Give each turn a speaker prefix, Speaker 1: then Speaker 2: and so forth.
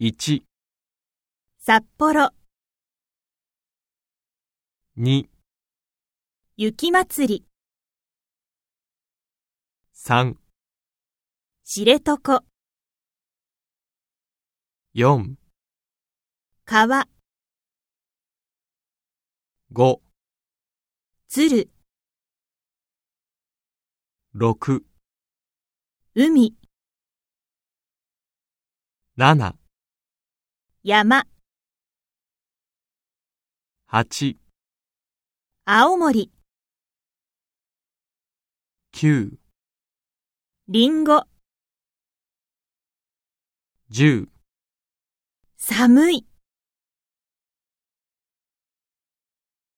Speaker 1: 1、
Speaker 2: 札幌、
Speaker 1: 2、
Speaker 2: 雪まつり、
Speaker 1: 3、
Speaker 2: 知床、
Speaker 1: 4、
Speaker 2: 川、
Speaker 1: 5、
Speaker 2: 鶴、
Speaker 1: 6、
Speaker 2: 海、
Speaker 1: 7、
Speaker 2: 山、
Speaker 1: 8、
Speaker 2: 青森、
Speaker 1: 9、
Speaker 2: りんご、
Speaker 1: 10
Speaker 2: 寒い。